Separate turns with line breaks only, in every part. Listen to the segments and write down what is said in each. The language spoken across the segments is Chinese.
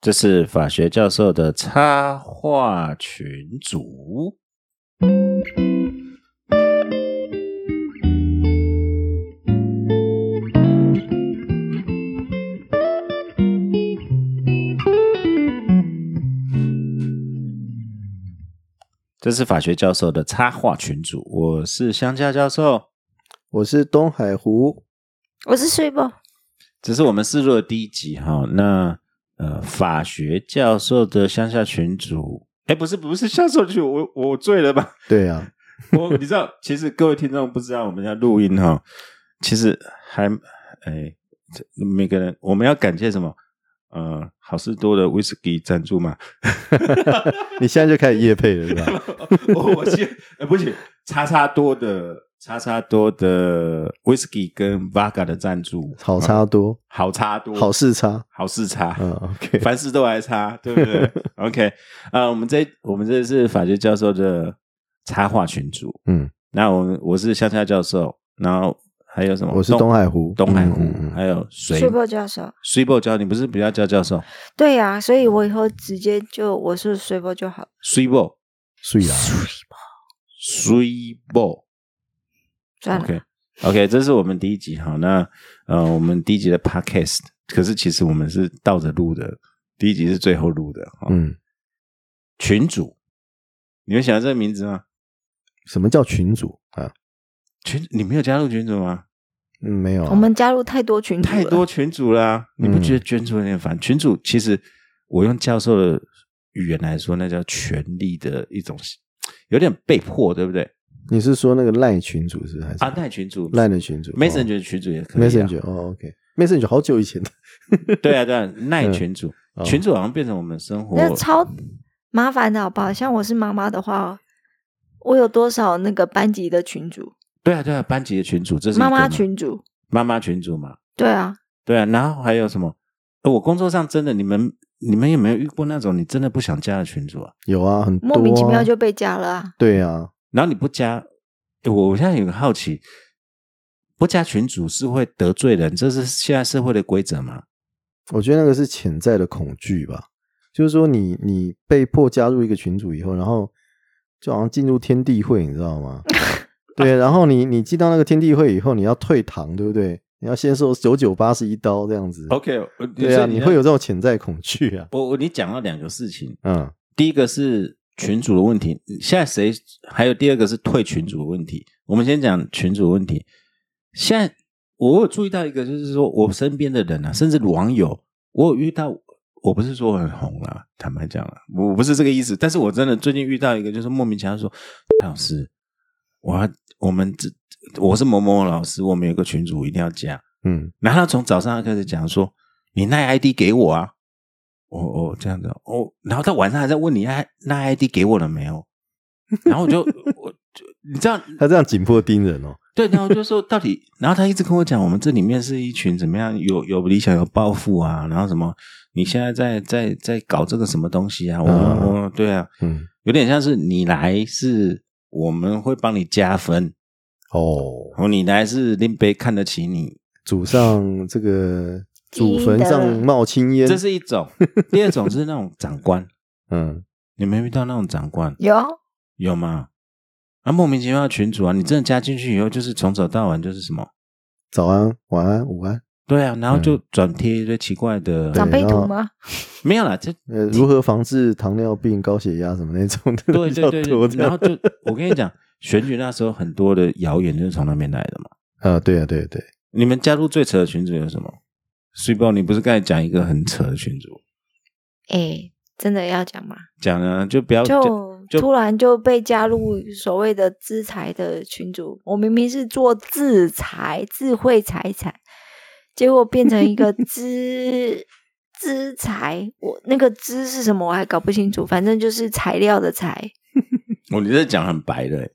这是法学教授的插画群组。这是法学教授的插画群组，我是乡下教授。
我是东海湖，
我是睡不，
这是我们试录的第一集哈。那呃，法学教授的乡下群主，哎，不是不是乡下教授群，我我醉了吧？
对啊，
我你知道，其实各位听众不知道我们要录音哈，其实还哎，这每个人我们要感谢什么？呃，好事多的威士忌赞助 嘛。
你现在就开始夜配了是吧？
我我是呃不行，叉叉多的叉叉多的 whisky 跟 vodka 的赞助，
好差多，
好差多，
好 事差，
好事差，
嗯，OK，
凡事都来差，对不对？OK，啊、我们这我们这是法学教授的插画群组，
嗯，
那我们我是乡下教授，然后还有什么？
我是东海湖，
东海湖，
嗯嗯嗯
还有水
睡不教授。
水波教，你不是比较叫教授
对呀、所
嗯
以我以后直接就我是睡不就好了。
水波
睡啦，
水波。
算了
OK OK，这是我们第一集哈。那呃，我们第一集的 Podcast，可是其实我们是倒着录的，第一集是最后录的。嗯，
嗯，
群主，你们想到这个名字吗？
什么叫群主啊？
群，你没有加入群主吗？
嗯，没有啊，
我们加入太多群组了
太多群主啦、你不
嗯
觉得群主有点烦？群主其实我用教授的语言来说，那叫权力的一种，有点被迫，对不对？
你是说那个赖群主是不是还是
啊，赖群主，
赖的群主哦
Messenger 的群主也可以、啊、
Messenger 哦，OK，Messenger 好久以前的，
对啊，对啊，耐群主，
哦
群主好像变成我们生活
那超麻烦的好不好？像我是妈妈的话，我有多少那个班级的群主，
对啊，对啊，班级的群主，这是一个
妈妈
嘛
群主，
妈妈群主嘛，
对啊，
对啊，然后还有什么？呃我工作上真的，你们你们有没有遇过那种你真的不想加的群主啊？
有啊，很多啊
莫名其妙就被加了啊。
对啊，
然后你不加，诶我我现在有个好奇，不加群主是会得罪人，这是现在社会的规则吗？
我觉得那个是潜在的恐惧吧，就是说你你被迫加入一个群组以后，然后就好像进入天地会，你知道吗？ 对，然后你你进到那个天地会以后，你要退堂，对不对？你要先受九九八十一刀这样子。
OK，呃
对啊，你会有这种潜在恐惧啊。
我我你讲到两个事情，
嗯，
第一个是群主的问题，现在谁？还有第二个是退群主的问题。我们先讲群主的问题。现在我有注意到一个，就是说我身边的人啊，甚至网友，我有遇到，我不是说很红啦，坦白讲了，啊我我不是这个意思。但是我真的最近遇到一个，就是莫名其妙说，老师，我要我们这我是某某老师，我们有个群主一定要加。
嗯，
然后他从早上开始讲说：“你那 ID 给我啊！”哦哦，这样子哦。然后到晚上还在问你那那 ID 给我了没有？然后我 就我就你知道
他这样紧迫盯人哦。
对，然后我就说到底，然后他一直跟我讲，我们这里面是一群怎么样有有理想有抱负啊，然后什么你现在在在在搞这个什么东西啊？我、
嗯
我对啊，
嗯，
有点像是你来是我们会帮你加分，
哦，
哦，你来是林北看得起你，
祖上这个
基
祖
因的
坟上冒青烟，
这是一 种。第二种是那种长官。
嗯，
你没遇到那种长官
有
有吗？啊，莫名其妙的群主啊，你真的加进去以后，就是从早到晚就是什么？
早安、晚安、午安，
对啊，然后
嗯
就转贴一堆奇怪的，
长辈
然
图
后
吗？
没有啦，就
呃，如何防治糖尿病、高血压什么那种的
对
比较
对对
多
对，
这
然后
样。
就我跟你讲，选举那时候很多的谣言就是从那边来的嘛。
啊，对啊，对啊对啊，
你们加入最扯的群主有什么？水豹，你不是刚才讲一个很扯的群主，
哎，真的要讲吗？
讲了哦就不要
就
就
突然就被加入所谓的资财的群组，我明明是做自财、智慧财产，结果变成一 个资资财，我那个资是什么我还搞不清楚，反正就是材料的材，
哦，你这讲很白的、欸。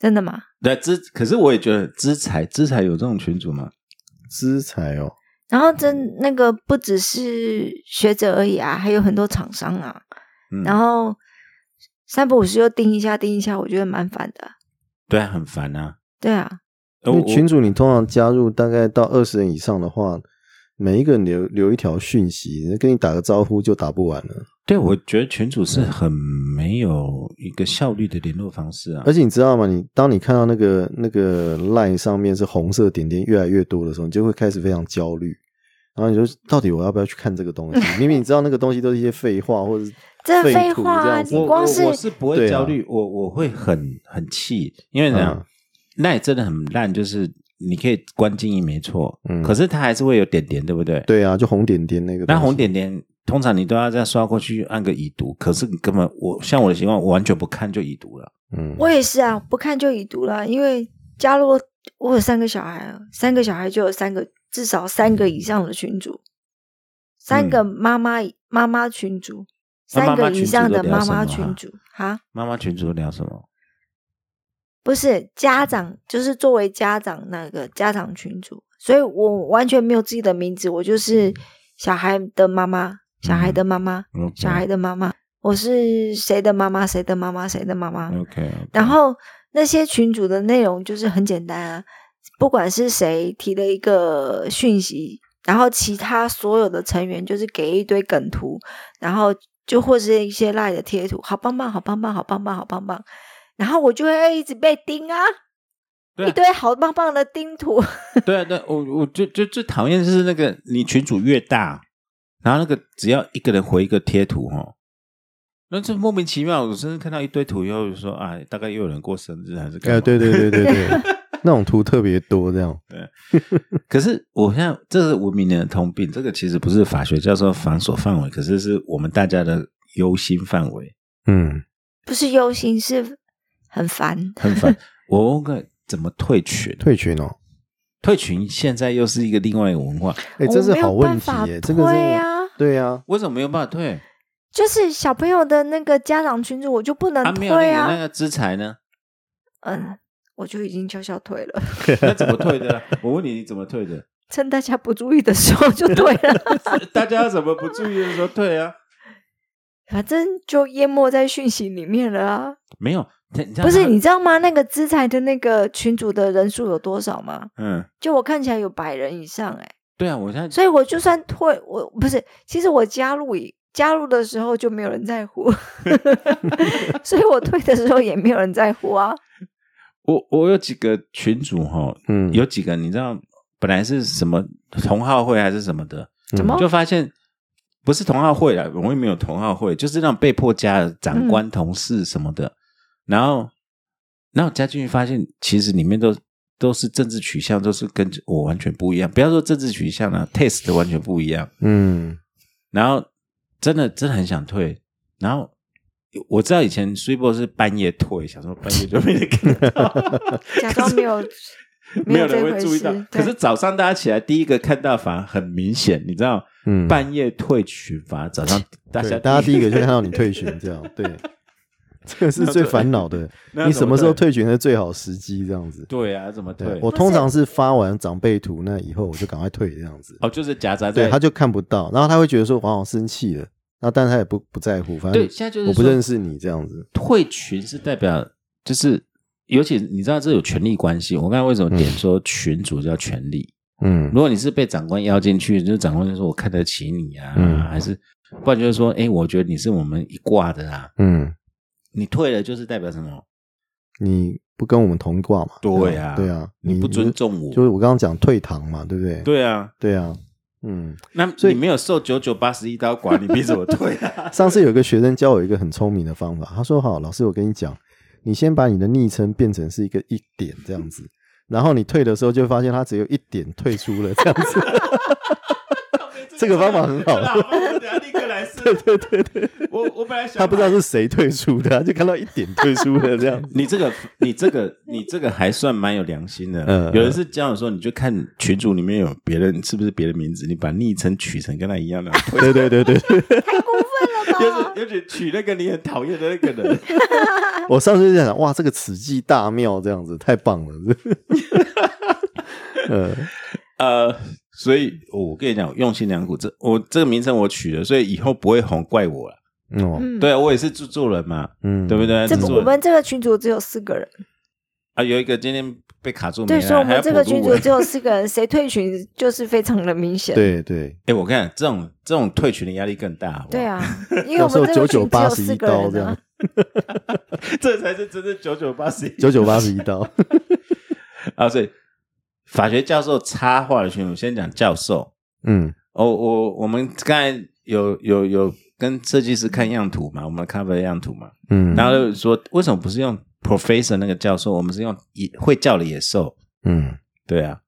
真的吗？
对，资可是我也觉得资财资财有这种群主吗？
资财哦，
然后真那个不只是学者而已啊，还有很多厂商啊，
嗯，
然后三不五时又盯一下盯一下，我觉得蛮烦的。
对啊，很烦啊。
对啊，
呃
因为
我
群主你通常加入大概到二十人以上的话，每一个人留留一条讯息，跟你打个招呼就打不完了。
对，我觉得群主是很没有一个效率的联络方式啊。
而且你知道吗？你当你看到那个那个 line 上面是红色点点越来越多的时候，你就会开始非常焦虑。然后你就到底我要不要去看这个东西？明明你知道那个东西都是一些废话，或者是
这废
图
话
这
啊
样子
我
你光
我
是
我是不会
对啊
焦虑，我我会很很气，因为怎样
嗯，
那、也真的很烂，就是你可以关静音没错，
嗯
可是它还是会有点点，对不对？
对啊，就红点点那个东西。
那红点点通常你都要这样刷过去按个已读，可是你根本我像我的情况，我完全不看就已读了。
嗯，
我也是啊，不看就已读了，因为加入我有三个小孩，啊三个小孩就有三个至少三个以上的群主，三个妈妈、妈妈群主，
嗯那
三
妈妈
个以上的
群组都聊
妈
什么啊
妈群主哈，
妈妈群主聊什么？
不是家长，就是作为家长那个家长群主，所以我完全没有自己的名字，我就是小孩的妈妈，小孩
嗯
的妈妈，
OK
小孩的妈妈，我是谁的妈妈，谁的妈妈，谁的妈妈，
OK，
嗯
然后那些群组的内容就是很简单啊，不管是谁提了一个讯息，然后其他所有的成员就是给一堆梗图，然后就或是一些赖的贴图，好棒棒，好棒棒，好棒棒，好棒棒。然后我就会一直被盯啊，
对啊
一堆好棒棒的盯图，
对啊，对啊，我我就就最讨厌就是那个你群主越大，然后那个只要一个人回一个贴图哦，那就莫名其妙。我甚至看到一堆图以后就说啊，大概又有人过生日还是干嘛？
哎，对对对对对，那种图特别多，这样
可是我现在这是文明人的通病，这个其实不是法学教授繁琐范围，可是是我们大家的忧心范围，
嗯，
不是忧心，是很烦。
很烦。我问个怎么退群？
退群哦，
退群现在又是一个另外一个文化，
哎，这是好问题
我没有办法
耶，这个是
退啊
对啊，
为什么没有办法退？
就是小朋友的那个家长群组，我就不能
啊，没有那
退
个那
啊。
个资财呢？
嗯，我就已经悄悄退了。
那怎么退的？啊我问你，你怎么退的？
趁大家不注意的时候就对了，
大家怎么不注意的时候退啊？
反正就淹没在讯息里面了啊！
没有，他你知道
不是，
他
你知道吗？那个资材的那个群主的人数有多少吗？
嗯，
就我看起来有百人以上哎、
对啊，我现在
所以我就算退，我不是，其实我加入以加入的时候就没有人在 乎，所以我退的时候也没有人在乎 啊。
我我有几个群主哈，
嗯，
有几个你知道，本来是什么同好会还是什么的，
怎么
就发现不是同好会了，我也没有同好会，就是那种被迫加的长
嗯
官、同事什么的。然后，然后加进去发现，其实里面都都是政治取向，都是跟我完全不一样。不要说政治取向了、t a s t e 完全不一样。
嗯
然后真的真的很想退，然后。我知道以前 s u p e 是半夜退，想说半夜就没人看 到，
假装没有，
哦没有
这
人
回
会注意到
事。
可是
对
早上大家起来，第一个看到反而很明显，你知道，
嗯，
半夜退群，反而早上大
对
家
大家第一个就看到你退群，这样 对，这个是最烦恼的。
那
你
怎
什
么
么时候
退
退群是最好时机？这样子，
对啊，怎么退
对？我
不
通
是
常是发完长辈图那以后，我就赶快退这样子。
哦，就是夹杂
对，
在
他就看不到，然后他会觉得说我好像生气了，那但他也不不在乎，反正
对，现在就是
我不认
识
识你这样子。
退群是代表就是，尤其你知道这有权力关系。我刚才为什么点说群主叫权力？
嗯
如果你是被长官邀进去，就是长官就说我看得起你啊，
嗯
还是不然就是说，哎，我觉得你是我们一挂的啊，
嗯，
你退了就是代表什么？
你不跟我们同挂嘛？
对
呀、
啊
对啊，
你不尊，重我，
就是我刚刚讲退堂嘛，对不对？
对啊。
对啊，嗯。
那
所以
你没有受九九八十一刀剐，你凭什么退啊？
上次有个学生教我一个很聪明的方法，他说：“好，老师，我跟你讲，你先把你的昵称变成是一个一点这样 子，然后你退的时候就会发现它只有一点退出了，这样子。 这个方法很好，
我等下立刻来试。对对 对对，我我本来想
他不知道是谁退出的，他就看到一点退出了这样子。
你这个，你这个，你这个还算蛮有良心的。
嗯
有人是这样说，你就看群组里面有别人是不是别的名字，你把昵称取成跟他一样的，
对对对对，对
太 过
啊
分了吧
就？是就是取那个你很讨厌的那个人。
我上次就想，哇，这个此计大妙，这样子太棒 了。呃，
呃，所以我跟你讲，用心良苦，这我这个名称我取了，所以以后不会红，怪我了。
哦，
嗯，
对啊，我也是制作人嘛，
嗯，
对不？对？
这
制
不
作
我
人
们这个群组只有四个人，
啊，有一个今天被卡住没
对，
来，
所以我
还
们
要
这个
补录啊
群组
文
只有四个人，谁退群就是非常的明显。
对对，
哎、我看这种这种退群的压力更大，好不好
对，啊， 因为
有
我
时候
们这
九九
个群只
八
有
十
四
一
个
刀这
人
样
啊，，
这才是真正九九八十一
九九八十一刀，
啊！所以法学教授插话的群组，先讲教授
嗯，
哦，我我们刚才有有有跟设计师看样图嘛，我们 cover 样图嘛，
嗯，
然后就说为什么不是用 professor 那个教授，我们是用野会叫的野兽？
嗯
对啊，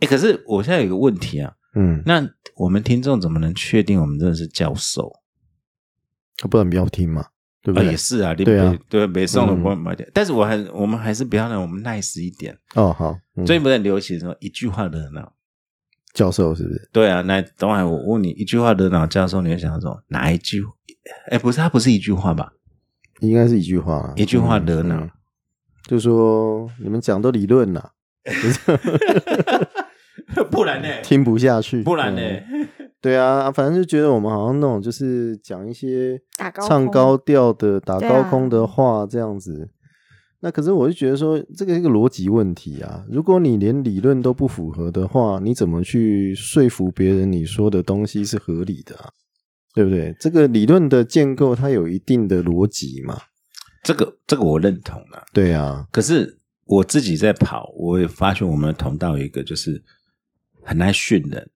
哎，可是我现在有个问题啊，
嗯，
那我们听众怎么能确定我们真的是教授？
啊不然不要听嘛，对不
啊，
对
也？是啊，你
对啊
北对北宋的
嗯
不会买点，但是我还我们还是不要让我们 nice 一点。
哦，好，嗯
最近不是很流行说一句话惹恼？
教授是不是？
对啊，那等会我问你，一句话惹恼教授，你会想到说哪一句？哎，不是，他不是一句话吧？
应该是一句话，
一句话惹恼
嗯嗯就说你们讲都理论啦，
不然呢？
听 不下去，
不然
嗯
呢？
对啊，啊反正就觉得我们好像那种就是讲一些
打高
唱
空
高调的、打
对
高
啊
空的话这样子。那可是我就觉得说，这个是一个逻辑问题啊。如果你连理论都不符合的话，你怎么去说服别人你说的东西是合理的啊？对不对？这个理论的建构它有一定的逻辑嘛？
这个这个我认同了、
对啊，
可是我自己在跑，我也发现我们的同道有一个就是很爱训人，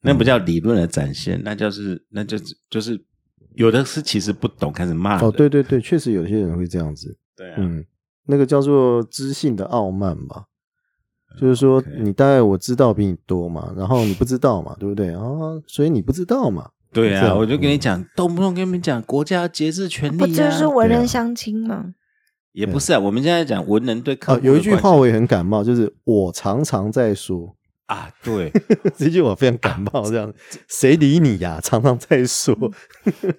那不叫理论的展现，那就是那就是就是有的是其实不懂开始骂人。
哦，对对对，确实有些人会这样子。
对啊，
嗯，那个叫做知性的傲慢吧，就是说
嗯 OK
你大概我知道比你多嘛，然后你不知道嘛，对不对啊？所以你不知道嘛，
对
这
啊，
样
我就跟你讲，动不动跟你们讲国家节制权
不
利
就
啊，
是文
对啊
人相亲吗？
也不是啊。我们现在讲文人对客
啊
户，的
有一句
关心
话我也很感冒，就是我常常在说，
啊，对
这句我非常感冒，这样谁理你呀、常常在说，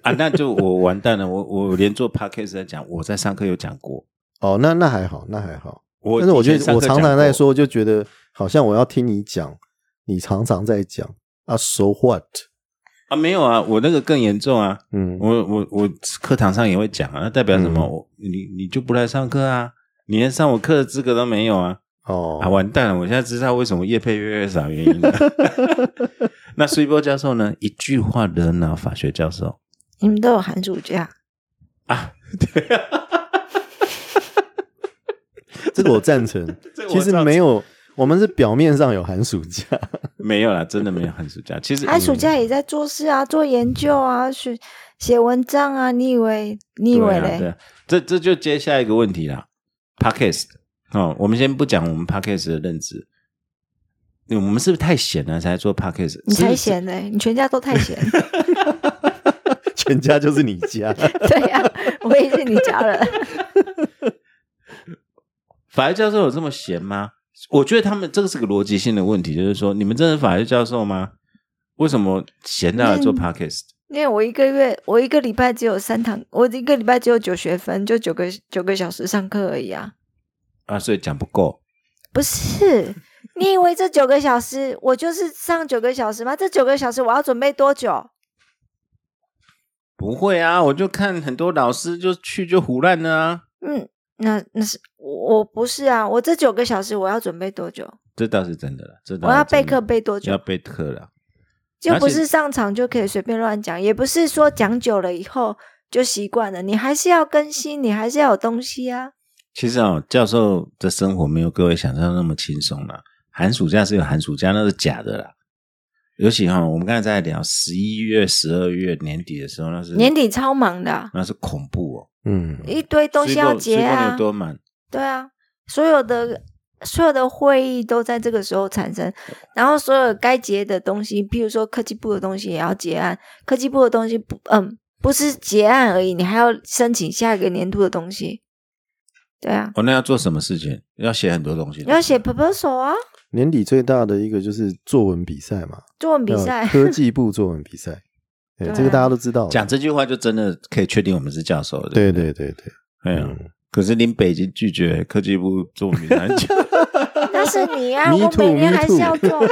啊，那就我完蛋了。我我连做 podcast 在讲，我在上课有讲过，
哦，那那还好，那还好。
我
但是我觉
以前上
得
课
我常
讲
常在
过
说，就觉得好像我要听你讲，你常常在讲啊，so what？
啊，没有啊，我那个更严重啊，
嗯，
我我我课堂上也会讲啊，那代表什么？
嗯
我你你就不来上课啊？你连上我课的资格都没有啊！
哦
啊，，完蛋了！我现在知道为什么叶配越来越少原因 了。那苏一波教授呢？一句话惹恼法学教授
你们都有寒暑假，
啊！对啊，
这个我赞成
这。个我
其实
赞成
没有，我们是表面上有寒暑假，
没有啦，真的没有寒暑假。其 实嗯
寒暑假也在做事
嗯
啊，做研究啊，写写文章啊。你以为你以为
对啊对
嘞？
啊，这这就接下一个问题啦。Podcast 哦，我们先不讲我们 Podcast 的认知，我们是不是太闲了才做 Podcast？
你才
是是
闲嘞，你全家都 太闲。
全家就是你 家。
对呀、我也是你家人。
法律教授有这么闲吗？我觉得他们这个是个逻辑性的问题，就是说，你们真的是法律教授吗？为什么闲到来做
嗯
podcast？
因为我一个月，我一个礼拜只有三堂，我一个礼拜只有九学分，就九个九个小时上课而已啊。
啊，所以讲不够。
不是， 你以为这九个小时我就是上九个小时吗？这九个小时我要准备多久？
不会啊，我就看很多老师就去就胡乱了啊，
嗯，那那是我我不是啊，我这九个小时我要准备多久？
这倒是真的了。这倒
我
是
要备
真的
课备多久
要？备课了。
就
而
不
且
是上场就可以随便乱讲，也不是说讲久了以后就习惯了，你还是要更新，你还是要有东西啊。
其实啊、教授的生活没有各位想象那么轻松啦。寒暑假是有寒暑假，那是假的啦。尤其哈、我们刚才在聊十一月、十二月年底的时候，那是
年底超忙的啊、
那是恐怖哦，
嗯，
一堆东西要结
水果
啊
牛，多满。
对啊，所有的所有的会议都在这个时候产生，然后所有该结的东西，比如说科技部的东西也要结案，科技部的东西不，嗯，不是结案而已，你还要申请下一个年度的东西，对啊，
哦，那要做什么事情？要写很多东西。
要写 proposal 啊，
年底最大的一个就是作文比赛嘛，
作文比
呃
赛。
科技部作文比赛，对，
对啊
这个大家都知道。
讲，这句话就真的可以确定我们是教授了。
对嗯对对对，
哎呀，可是林北已经拒绝科技部做名单，
那是你呀、
Me
我
too,
每年
me
还
too
是要做。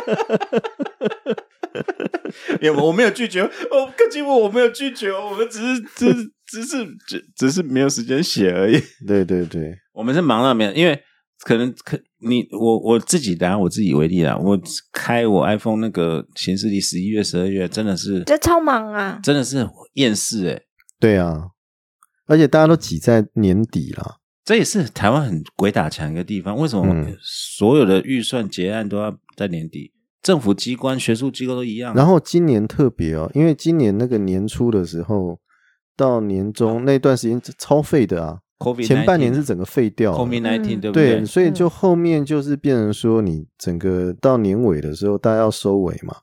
因为我没有拒绝哦，科技部我没有拒绝，我们只是只是只是只只是没有时间写而已。
对对对，
我们是忙到没有，因为可能可你我我自己拿我自己为例啦，我开我 iPhone 那个显示器，十一月、十二月真的是
这超忙啊！
真的是厌世哎、
对啊，而且大家都挤在年底啦，
这也是台湾很鬼打墙一个地方。为什么
嗯
所有的预算结案都要在年底？政府机关、学术机构都一样。啊
然后今年特别哦，因为今年那个年初的时候到年终那段时间超废的啊，
COVID
前半年是整个废掉了
COVID 19，
嗯
对不对？
对，所以就后面就是变成说，你整个到年尾的时候，大家要收尾嘛，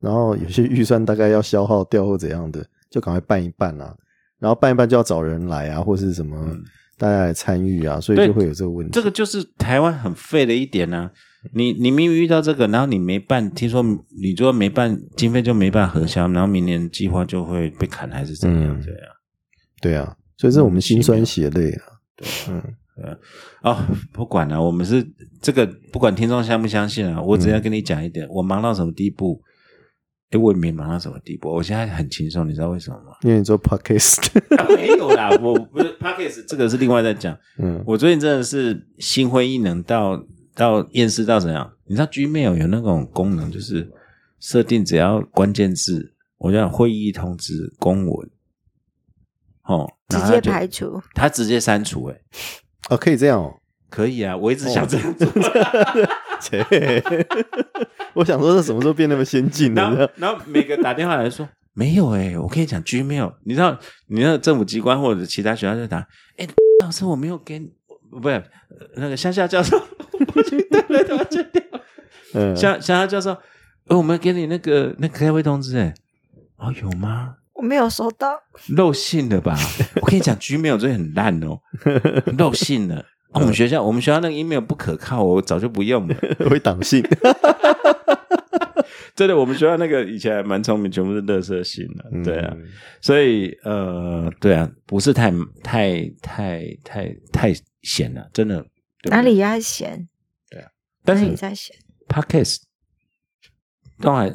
然后有些预算大概要消耗掉或怎样的，就赶快办一办啊，然后办一办就要找人来啊，或是什么
嗯
大家来参与啊，所以
对
就会有这个问题。
这个就是台湾很废的一点呢、你你明明遇到这个，然后你没办，听说你如果没办，经费就没办核销，然后明年计划就会被砍，还是怎样？
嗯
对啊，
对啊，所以这是我
嗯
们心酸血泪啊。
哦，不管了、我们是这个，不管听众相不相信啊，我只要跟你讲一点，我忙到什么地步，诶，我也没忙到什么地步，我现在很轻松，你知道为什么吗？
因为你做 podcast，
没有啦，我不是 p o c k e t 这个是另外在讲。
嗯，
我最近真的是心灰意冷到到厌世到怎样？你知道 Gmail 有那种功能，就是设定只要关键字，我叫会议通知、公文，哦，
直
然后它
接
就
排，除，
它直接删除、欸，
哦，可以这样哦。
可以啊，我一直想这样做，
切 我想说，这什么时候变那么先进
然后
了？
然后每个打电话来说。 没有哎、我跟你讲，Gmail，你知道，你知道政府机关或者其他学校就打，哎、老师我没有给你，不是呃那个乡下教授， 我去对对 对，我去掉。
嗯，
小小他教授，呃，我们给你那个那个开会通知，哎，哦，有吗？
我没有收到。
漏信了 吧？我跟你讲，Gmail 最近很烂 哦，漏信了。啊我们学校我们学校那个 email 不可靠，哦我早就不用 了。
会党性，
真的，我们学校那个以前还蛮聪明，全部是垃圾信的。对啊，
嗯，
所以呃，对啊，不是太太太太太闲了，真的。对不对
哪？里在闲？
但
哪
是
里在闲？
Podcast 东海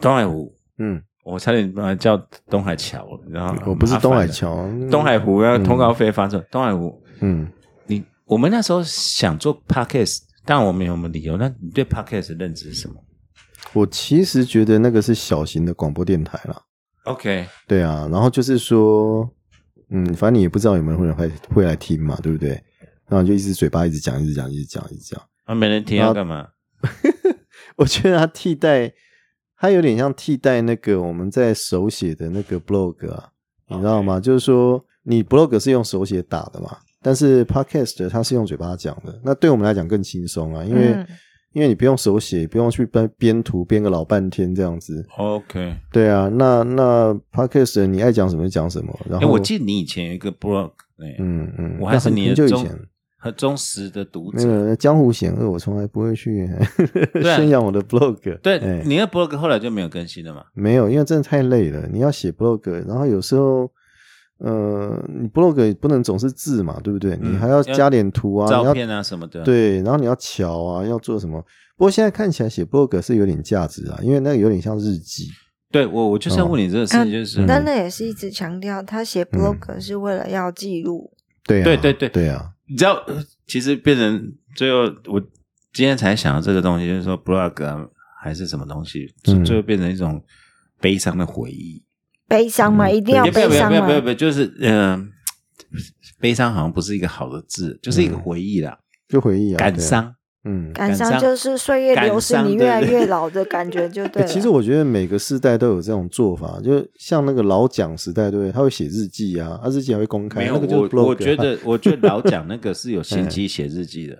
东海湖
嗯，
我差点把它叫东海桥，你知道吗？
我不是
嗯麻烦
东海
了，
桥，
东海，湖要通告费发出来。东海湖，
嗯，
你我们那时候想做 podcast，但我们有没有理由？那你对 podcast 的认知是什么
我其实觉得那个是小型的广播电台啦。
？OK，
对啊，然后就是说，嗯，反正你也不知道有没有人会来会来听嘛，对不对？然后你就一直嘴巴一直讲，一直讲，一直讲，一直讲。
那没人听要干嘛？
我觉得它替代，它有点像替代那个我们在手写的那个 blog 啊，你知道吗？就是说，你 blog 是用手写打的嘛，但是 podcast 它是用嘴巴讲的，那对我们来讲更轻松啊，因为、
嗯
因为你不用手写，不用去编编图编个老半天这样子。
OK，
对啊，那那 podcast 你爱讲什么就讲什么，然
哎，
后、
我记得你以前有一个 blog，哎，
嗯嗯，
我还是
那很
你的
很久以
忠
前。
和忠实的读
那
者。
个江湖险恶，我从来不 会去
啊
宣扬我的 blog。哎
对，你的 blog 后来就没有更新了嘛？
没有，因为真的太累了。你要写 blog，然后有时候，呃，你 blog 也不能总是字嘛，对不对？
嗯
你还要加点图啊，你
照
要
片啊什么的。，
对，然后你要瞧啊，要做什么？不过现在看起来写 blog 是有点价值啊，因为那个有点像日记。
对我我
哦
就是要问你这个事情，
嗯
就是
但那也是一直强调，他写 blog 是为了要记录。
对啊，
对对对
对啊，
你知道，呃其实变成最后，我今天才想到这个东西，就是说 blog 啊，还是什么东西，最
嗯
最后变成一种悲伤的回忆。
悲伤嘛，
嗯
一定要
也不要
悲
不要
伤
不要不要
嘛
不。要，就是嗯、呃悲伤好像不是一个好的字，就是一个回忆啦，
就回忆啊，
感
嗯对啊，
伤。
嗯。
感
感伤
伤就是岁月流逝，
感伤
你越来
对不
越
对
老的感觉就
欸
对 了。
其实我觉得每个世代都有这种做法，就像那个老蒋时代，对不对？他会写日记啊，他、日记还会公开，
没有，
那个就是
我
blog 啊哎
我觉得，我觉得老蒋那个是 有心机写日记的，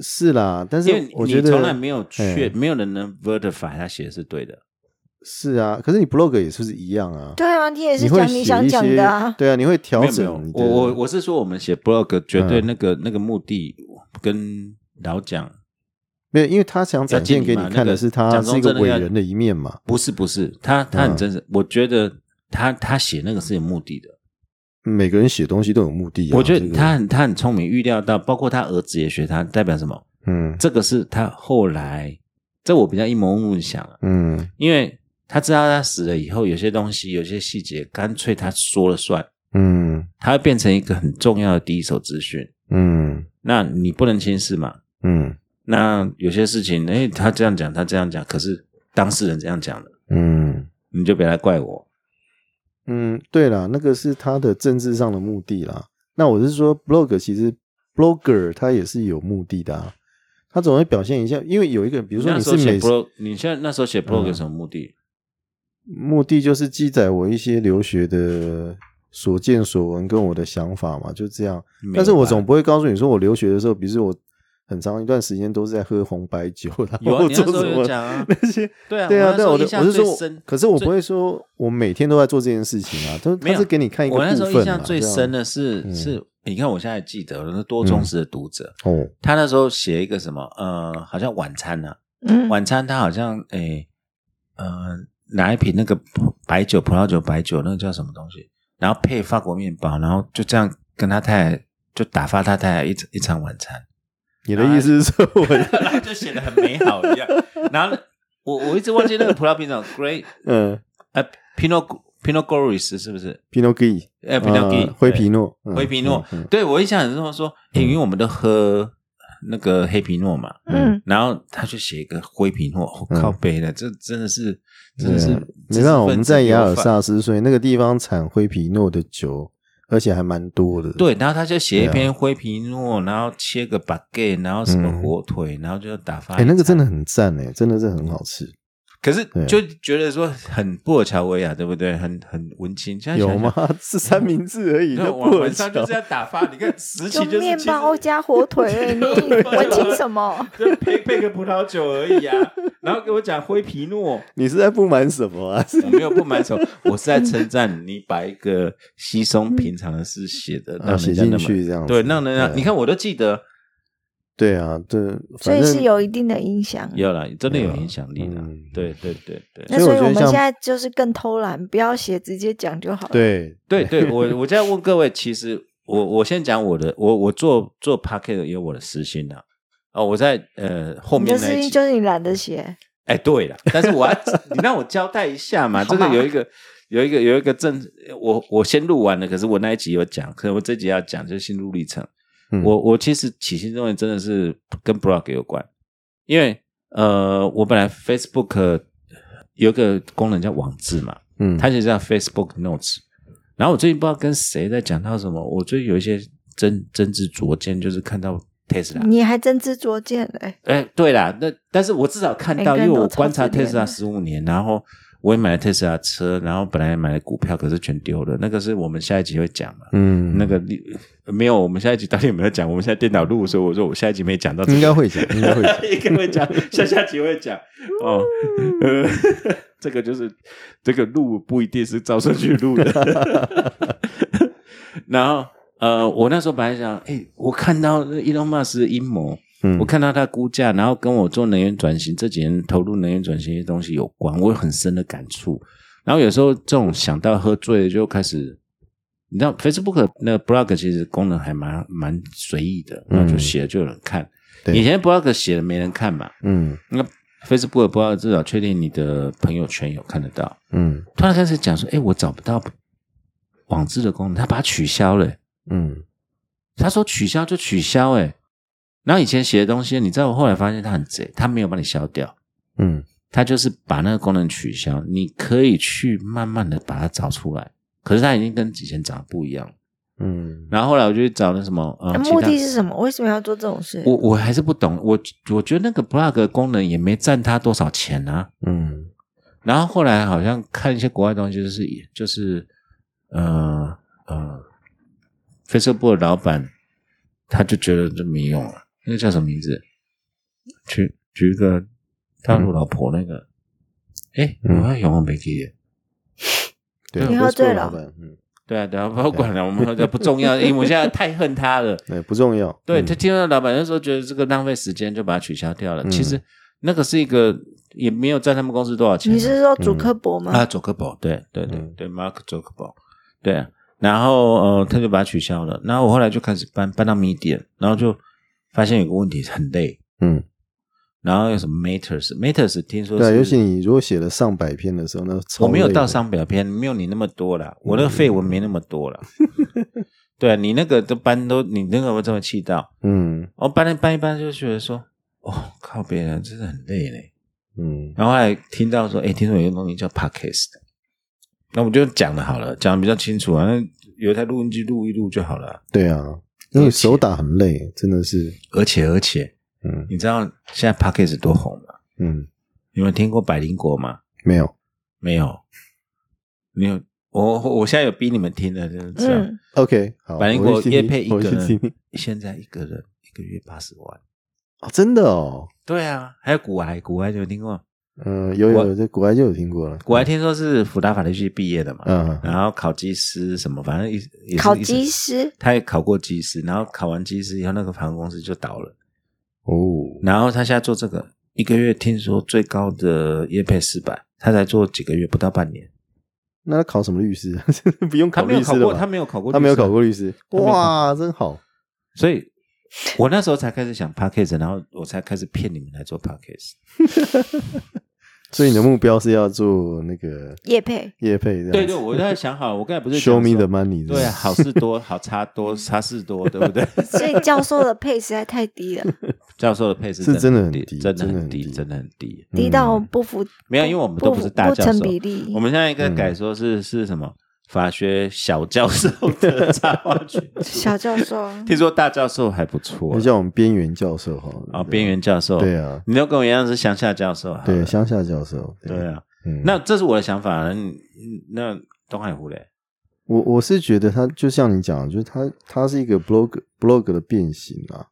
是啦，但
因为
是我
你
觉得
从来没有确，
哎
没有人能 verify 他写的是对的。
是啊，可是你 blog 也是不是一样啊？
对啊，你也是
你会
讲
写
你
一
想讲
些
的啊。
对啊，你会调
没有没有
整你，的。
我我我是说，我们写 blog 绝对
嗯
那个、那个目的跟老蒋
没有，因为他想展现给你看的是
要
他
敬礼嘛那个
是一个伟人的一面嘛。嗯
不是不是，他他很真实，我觉得他他写那个是有目的的。
每个人写东西都有目的啊。
我觉得
这个
他很他很聪明，预料到，包括他儿子也学他，代表什么？
嗯
这个是他后来，这我比较阴谋论想啊，
嗯
因为他知道他死了以后，有些东西有些细节，干脆他说了算，
嗯
他会变成一个很重要的第一手资讯。
嗯
那你不能轻视嘛？
嗯
那有些事情，哎，他这样讲，他这样讲，可是当事人这样讲的，
嗯
你就别来怪我。
嗯，对了，那个是他的政治上的目的啦。那我是说，blog 其实 blogger 他也是有目的的、啊，他总会表现一下，因为有一个，比
比
如说你是美嗯食
blog，你现在那时候写 blog 有什么目的？
目的就是记载我一些留学的所见所闻跟我的想法嘛，就这样。但是我总不会告诉你说，我留学的时候，比如说我很长一段时间都是在喝红白酒，然
有啊，
后
你那
做
时
什
候有
么
讲啊，
那些。
对啊，
对啊，但
我
我
那
的
时候
我
印
是
象最
说
深，
可是我
最
不会说我每天都在做这件事情啊，他
没
他
有
是给你看一个部
我
分、啊。
那时候印象最
这样
深的是
嗯
是，你看我现在记得，我是多忠实的读者，
哦，
他那时候写一个什么呃，好像晚餐呢、
嗯，
晚餐他好像诶呃拿一瓶那个白酒，葡萄酒白酒那个叫什么东西，然后配法国面包，然后就这样跟他太太就打发他太太一一场晚餐。
你的意
啊
思是说我
然后 就显得很美好一 样。然后我我一直忘记那个葡萄品种，Great
嗯
呃 Pinot Pinot Gris 是不是？
，Pinot Gris，
呃 Pinot Gris
呃灰
对
皮诺，嗯
灰皮诺
嗯嗯。
对我印象很深，说诶因为我们都喝那个黑皮诺嘛，
嗯，
然后他就写一个灰皮诺，我
嗯
靠背的，这真的是真
对
的
啊
是
没办法，我们在雅尔
上。
萨斯，所以那个地方产灰皮诺的酒，而且还蛮多的。，
对，然后他就写一
对啊
篇灰皮诺，然后切个 baguette，然后什么
嗯
火腿，然后就打发一
哎、
餐。
那个真的很赞哎、真的是很好吃。
可是
对啊
就觉得说很布尔乔维亚，对不对？很很文青，现在想
有
想
吗？？是三明治而已，
对，
那
晚
不
晚
能
上
讲。
就是要打发。你看时期
就
就是
面
其实
包加火腿，你文青什么？
就配配个葡萄酒而已啊。然后给我讲灰皮诺，
你是在不满什么啊？
我没有不满手，我是在称赞你把一个稀
嗯
松平常的事写的，
啊
让
写
人家 那么
进去这样子，
对，让人家
对
你看我都记得
对啊，对，
所
反
以
正
是有一定的影响。
有了，真的有影响力了
嗯。
对对对对。
那
所以我觉
所以我
得
们
像
现在就是更偷懒，不要写，直接讲就好了。，
对
对对，我我在问各位，其实我我先讲我的，我我做做 p a c k e t 有我的私心的、啊。哦，我在呃后
你
面
的
那
事
一集，
情就是你懒得写，
哎，对了，但是我要 你让我交代一下嘛，这
好
个
吧
有一个有一个有一个正，我我先录完了，可是我那一集有讲，可是我这集要讲就是心路历程。
嗯
我我其实起心动念真的是跟 blog 有关，因为呃，我本来 Facebook 有一个功能叫网志嘛，
嗯，
它其实叫 Facebook Notes。然后我最近不知道跟谁在讲到什么，我最近有一些真真知灼见，就是看到 Tesla。
你还真知灼见嘞。
哎，对啦，那但是我至少看到，
每
因
个人
为
都
我观察
超自恋
Tesla
的
十五年，然后我也买了 Tesla 车，然后本来也买了股票，可是全丢了。那个是我们下一集会讲嘛？
嗯
那个利没有，我们下一集到底有没有讲？我们现在电脑录，所以我说我下一集没讲到这个，
应该会讲，应该会 讲，
应该会讲，下下集会讲哦。呃，这个就是这个录不一定是照顺序录的。 然后呃，我那时候本来想，哎，我看到那 Elon Musk 的阴谋，
嗯，
我看到他估价，然后跟我做能源转型这几年投入能源转型的东西有关，我有很深的感触。然后有时候这种想到喝醉了就开始，你知道 Facebook 那个 blog 其实功能还蛮蛮随意的，
嗯
然后就写了就有人看。
对
以前 blog 写了没人看嘛，
嗯
那 Facebook 不知道至少确定你的朋友圈有看得到。
嗯
突然开始讲说，哎，我找不到网志的功能，他把它取消了、
嗯
他说取消就取消、欸，然后以前写的东西，你知道我后来发现他很贼，他没有把你消掉，
嗯
他就是把那个功能取消，你可以去慢慢的把它找出来。可是他已经跟以前长得不一样了。
嗯
然后后来我就去找那什么，呃，
那
其
目
他
的是什么？为什么要做这种事？
我我还是不懂，我我觉得那个 blog 功能也没占他多少钱啊。
嗯
然后后来好像看一些国外东西，就是就是呃呃，Facebook 的老板他就觉得这没用了，那个叫什么名字？举举一个大陆老婆那个，哎、
嗯
我要永远没记得。
对，
你喝醉了
老板，嗯，
对啊，对啊，不管了，我们这不重要，因为我现在太恨他了。
对，不重要，
对
嗯
他听到老板那时候觉得这个浪费时间，就把它取消掉了。
嗯
其实那个是一个也没有占他们公司多少钱啊、
你是说主科博吗？
啊，佐克伯，对对对、
嗯
对，Mark 佐克伯，对啊。然后呃，他就把它取消了。然后我后来就开始搬搬到 Medium，然后就发现有个问题很累。
嗯，
然后有什么 Matters，Matters 听说
对啊，
是，
尤其你如果写了上百篇的时候，那超
我没有
累
到
的，嗯
上表篇，没有你那么多啦，我那个绯闻没那么多 啦。对啊，你那个都搬都你那个我这么气到，
嗯
我搬一搬一搬就觉得说，哦，靠别人真的很累嘞。
嗯
然后后来听到说，哎，听说有个东西叫 podcast，那我就讲了好了，讲得比较清楚啊，那有一台录音机录一录就好了。
对啊，因为手打很累，真的是，
而且而且，
嗯
你知道现在 podcast 多红吗？
嗯，
你们听过百灵果吗？
没有，
没有，没有。我我现在有逼你们听了，真的是、啊
嗯，
OK，好，
百灵
我
果
去
叶
听
配一
我去
个人
听，
现在一个人一个月八十万。
啊，真的哦，
对啊，还有古癌，古癌你有听过？
嗯，有有有，这国外就有听过了，
古癌听说是福大法律系毕业的嘛，
嗯，嗯，
然后考技师什么，反正一也是
考
一直
技师
他也考过技师，然后考完技师以后，那个航空公司就倒了，
哦，
然后他现在做这个，一个月听说最高的业配四百，他才做几个月，不到半年，
那他考什么律师？啊 不用
他
考
没
律
有考
师了
过，
吧？
他没有考过，啊
他没有考过律师，
他没有考
哇，真好，
所以我那时候才开始想 p a c k a g e 然后我才开始骗你们来做 p a c k a g e
所以你的目标是要做那个
叶配，
业配这样子，
对对，我在想好了，我刚才不是
，Show
讲
me
说
the money，
对啊，好事多，好差多，差事多，对不 对？
所以教授的配实在太低了，
教授的配置
是真的很
低
低，
真的
真的
很
很
低，
低
真的很低。
低到不符，
嗯没有，因为我们都不是大
不
教授
成，比例。
我们现在应该改说是是什么法学小教授的插画群组。
小教授，
听说大教授还不错
那叫我们边缘教授好了
啊，边缘教授，
对啊，
你都跟我一样是乡下教授好了，
对，乡下教授，
对，啊。
嗯，
那这是我的想法，嗯嗯那东海湖嘞？
我我是觉得他就像你讲的，就是他他是一个 blog blog 的变形啊。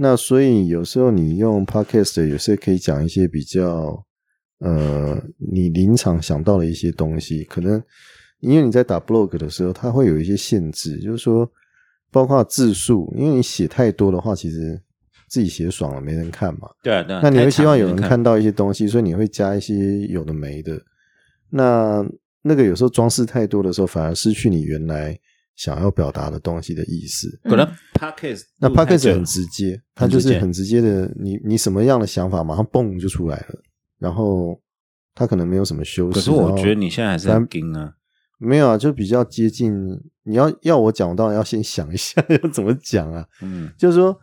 那所以有时候你用 podcast，有时候可以讲一些比较呃你临场想到的一些东西，可能因为你在打 blog 的时候，它会有一些限制，就是说包括字数，因为你写太多的话，其实自己写爽了没人看嘛。
对啊，对啊。
那你会
太
希
长
望
了
有人看到一些东西，所以你会加一些有的没的。那那个有时候装饰太多的时候，反而失去你原来想要表达的东西的意思。
嗯
可能 podcast
那
录太
podcast
久
很
了
直接，它
很
就
直接
是很直接的，你你什么样的想法，马上蹦就出来了。然后它可能没有什么修饰。
可是我觉得
然后
你现在还是很硬啊，
没有啊，就比较接近。你要要我讲，我当然要先想一下要怎么讲啊。
嗯，
就是说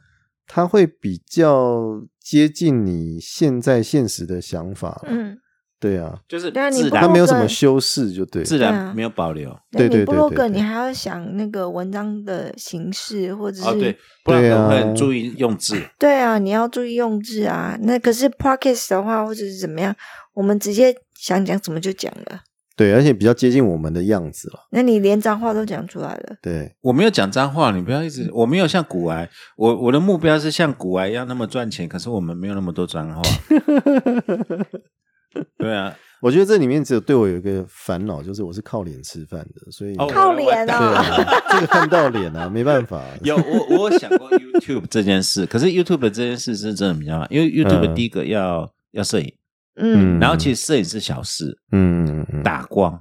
它会比较接近你现在现实的想法。，
嗯，
对啊，
就是
对啊你
自
不
然
它没有什么
对
修饰，就对。
自
对
然
啊
没有保留。哦
对对对
你部落
对
格
对
你还要想那个文章的形式，或者是、
哦，对，不然
对啊
我会很注意用字。
对啊，你要注意用字啊。那可是 podcast 的话，或者是怎么样，我们直接想讲什么就讲了。
对，而且比较接近我们的样子了。
那你连脏话都讲出来了，
对，
我没有讲脏话，你不要一直。我没有像古癌，我我的目标是像古癌一样那么赚钱，可是我们没有那么多 脏话。对啊，
我觉得这里面只有对我有一个烦恼，就是我是靠脸吃饭的，所以、
哦
靠脸
对
啊！
啊，这个看到脸啊，没办法。
有我我有想过 YouTube 这件事，可是 YouTube 这件事是真的比较麻烦，因为 YouTube
嗯
第一个要要摄影，
嗯，
然后其实摄影是小事，
嗯嗯嗯，
打光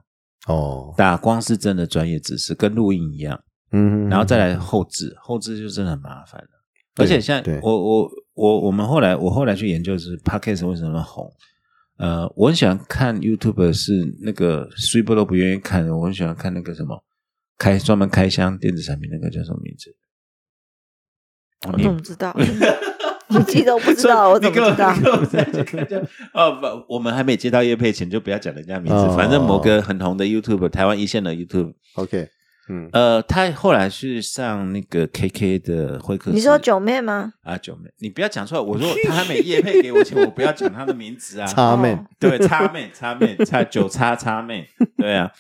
哦，
打光是真的专业知识，跟录音一样。
嗯，
然后再来后置，后置就真的很麻烦了。
对
而且像
对
我我我我们后来我后来去研究是 podcast 为什么红，呃，我很喜欢看 YouTube 是那个 s u p e 都不愿意看的，我很喜欢看那个什么开专门开箱电子产品那个叫什么名字？
我怎么知 道？你自己都不知道，
所以
我怎么知道
你？给我你给我再去看就哦，不，我们还没接到叶配前就不要讲人家名字，
哦
反正某个很红的 YouTube，台湾一线的 YouTube，
OK，嗯，
呃，他后来去上那个 KK 的会客室，
你说九妹吗？
啊，九妹，你不要讲出来。我说他还没夜配给我钱，我不要讲他的名字 啊。
叉妹，
哦
对，叉妹，叉妹，叉九叉叉妹，对啊。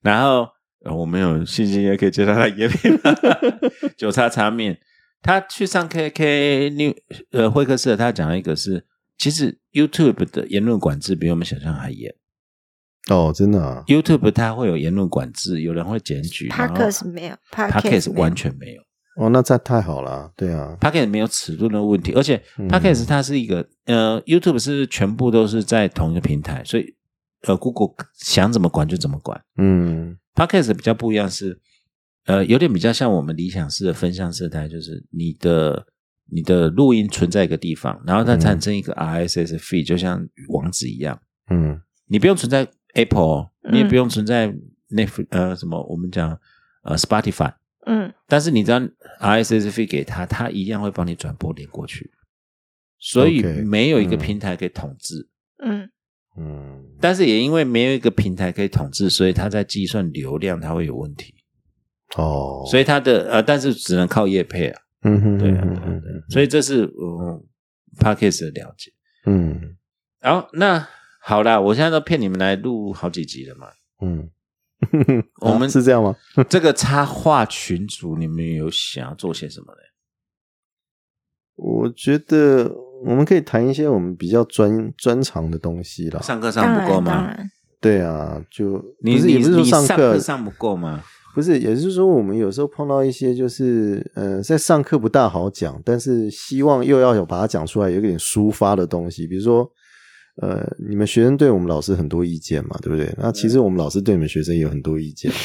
然后、呃我们有信心也可以接到他夜配吗？ 九叉叉面，他去上 KK New 呃会客室，他讲了一个是，其实 YouTube 的言论管制比我们想象还严。
哦，真的啊，
YouTube 它会有言论管制，有人会检举。
p
然后
o d c a s 没有 p o d c a s
Podcast 完全没有。
哦，那这太好了，对啊，
Pocket 没有尺度的问题，而且
嗯
Pocket 它是一个、呃 YouTube 是全部都是在同一个平台，所以呃 Google 想怎么管就怎么管。
嗯
Pocket 比较不一样是呃有点比较像我们理想式的分向式台，就是你的你的录音存在一个地方，然后它产生一个 RSS feed，、就像网址一样，
嗯
你不用存在 Apple，哦
嗯
你也不用存在 Netflix 呃什么我们讲呃 Spotify，
嗯
但是你只要 RSS feed 给它，它一样会帮你转播连过去。所以
OK，
没有一个
嗯
平台可以统治。
嗯
嗯，
但是也因为没有一个平台可以统治，所以它在计算流量它会有问题，
哦，
所
以
以它的呃，但是只能靠业配啊。
嗯哼，
对啊
嗯
对啊
哼
所以这是嗯 p a c k a s e 的了解。
嗯
然后那好啦，我现在都骗你们来录好几集了嘛。
嗯，
我们
啊是这样吗？
这个插画群组，你们有想要做些什么呢？
我觉得我们可以谈一些我们比较专专长的东西啦。
上课
当
上
然
不够
当
吗？
然，
对啊，就
你
不是
你
也不是说
你上
课
上不够吗？
不是，也就是说我们有时候碰到一些就是呃，在上课不大好讲，但是希望又要有把它讲出来，有一点抒发的东西，比如说。呃，你们学生对我们老师很多意见嘛，对不对？那其实我们老师对你们学生也有很多意见嘛。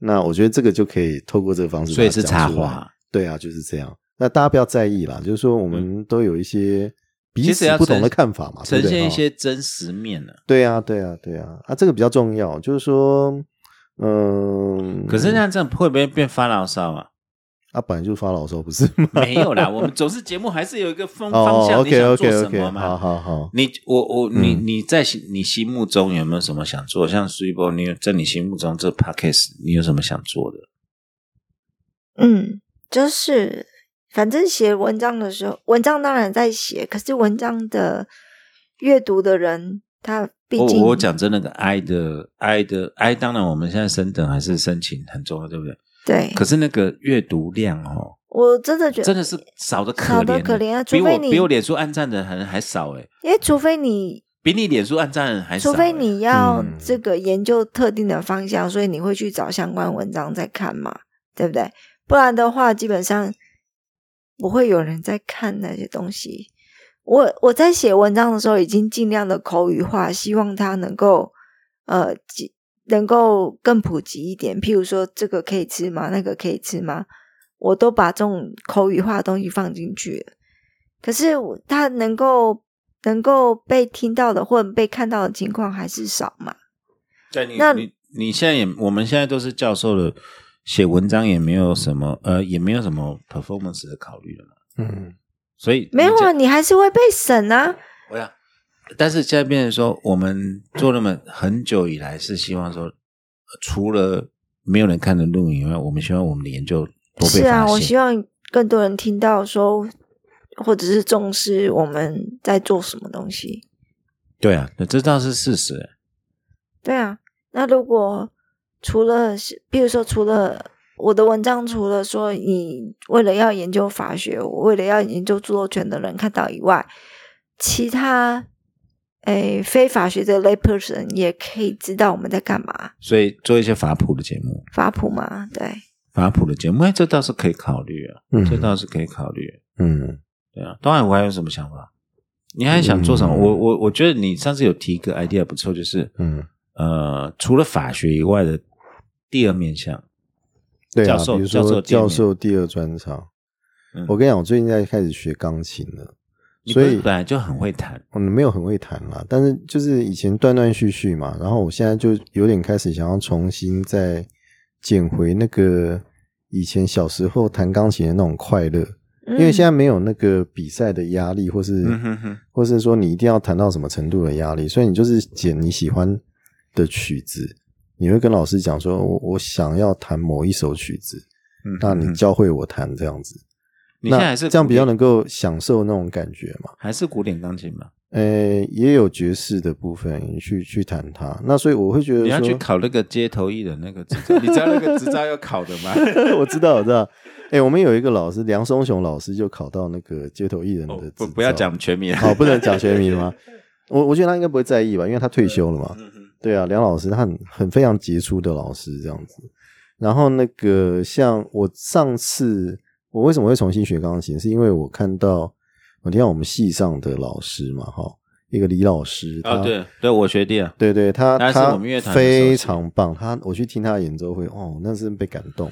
那我觉得这个就可以透过这个方式，
所以是插画，
对啊，就是这样。那大家不要在意啦，就是说我们都有一些彼
嗯其实
此
要
不同
呈
的看法嘛，啊
呈
对不对哦
现一
哈
些真实面呢、
对啊，对啊，对啊，啊，这个比较重要，就是说，嗯、
可是那样这样会不会变发牢骚啊？
啊，本来就是发牢骚，不是吗？
没有 啦，我们总是节目还是有一个方方
哦
向，你
，OK
想做
OK
什
OK，
么嘛？
好好好，
你我我
嗯
你你在心你心目中有没有什么想做？像 s u p e 你有在你心目中这 podcast 你有什么想做的？
嗯，就是反正写文章的时候，文章当然在写，可是文章的阅读的人，他毕
我
竟
哦我讲真的，那个 I 的 I 的 I，当然我们现在升等还是申请很重要，对不对？
对，
可是那个阅读量哦，
我真的觉得
真的是少的可
少
怜
得
欸，
可怜啊
比
除非
我
你
比我脸书按赞的人还少哎，
因为除非你，
比你脸书按赞的人还少
除
欸，
非你要
嗯
这个研究特定的方向，所以你会去找相关文章再看嘛，对不对？不然的话，基本上不会有人在看那些东西。我我在写文章的时候，已经尽量的口语化，希望它能够呃，几能够更普及一点。譬如说，这个可以吃吗？那个可以吃吗？我都把这种口语化的东西放进去了。可是我它能够能够被听到的或者被看到的情况还是少嘛？
对你
那
你你现在也我们现在都是教授了，写文章也没有什么呃也没有什么 performance 的考虑了嘛，
嗯，
所以
没有
你这
啊，你还是会被审啊。
我想，但是现在变成说，我们做那么很久以来是希望说，呃除了没有人看的论文以外，我们希望我们的研究多被
是啊，
发
我
现。
希望更多人听到说，或者是重视我们在做什么东西。
对啊，对这倒是事实。欸
对啊，那如果除了是，比如说除了我的文章，除了说你为了要研究法学，我为了要研究著作权的人看到以外，其他诶非法学的 layperson 也可以知道我们在干嘛，
所以做一些法普的节目，
法普嘛，对，
法普的节目，哎，这倒是可以考虑啊，
嗯
这倒是可以考虑。啊
嗯，
对啊，当然我还有什么想法？你还想做什么？
嗯
我我我觉得你上次有提一个 idea 不错，就是
嗯，
呃，除了法学以外的第二面向，
对啊，
教授
比如
教授第二
说教
面
授第二专场，
嗯
我跟你讲，我最近在开始学钢琴了，
你不
所
是
以
本来就很会谈。
嗯，没有很会弹啦，但是就是以前断断续续嘛，然后我现在就有点开始想要重新再捡回那个以前小时候弹钢琴的那种快乐，因
嗯
为现在没有那个比赛的压力，或是、
嗯哼哼，
或是说你一定要弹到什么程度的压力，所以你就是捡你喜欢的曲子，你会跟老师讲说，我我想要弹某一首曲子，
嗯哼
那你
哼
教会我弹这样子，
你现在
那
还是
这样
古
比较
典
能够享受那种感觉嘛。
还是古典钢琴嘛？
呃，也有爵士的部分去去谈它。那所以我会觉得
你
说，
要去考那个街头艺人那个执照，你知道那个执照要考的吗？
我知道，我知道。哎、我们有一个老师梁松雄老师就考到那个街头艺人的、
哦不，不要，讲全名。
好，不能讲学名吗？我我觉得他应该不会在意吧，因为他退休了嘛。
嗯哼
对啊，梁老师他很很非常杰出的老师这样子。然后那个像我上次我为什么会重新学钢琴，是因为我看到我听到我们系上的老师嘛，哈，一个李老师，他
哦，对对，我学弟啊，
对对，他
那是
他
我们乐团的
非
首席
常棒，他我去听他的演奏会，哦，那是被感动。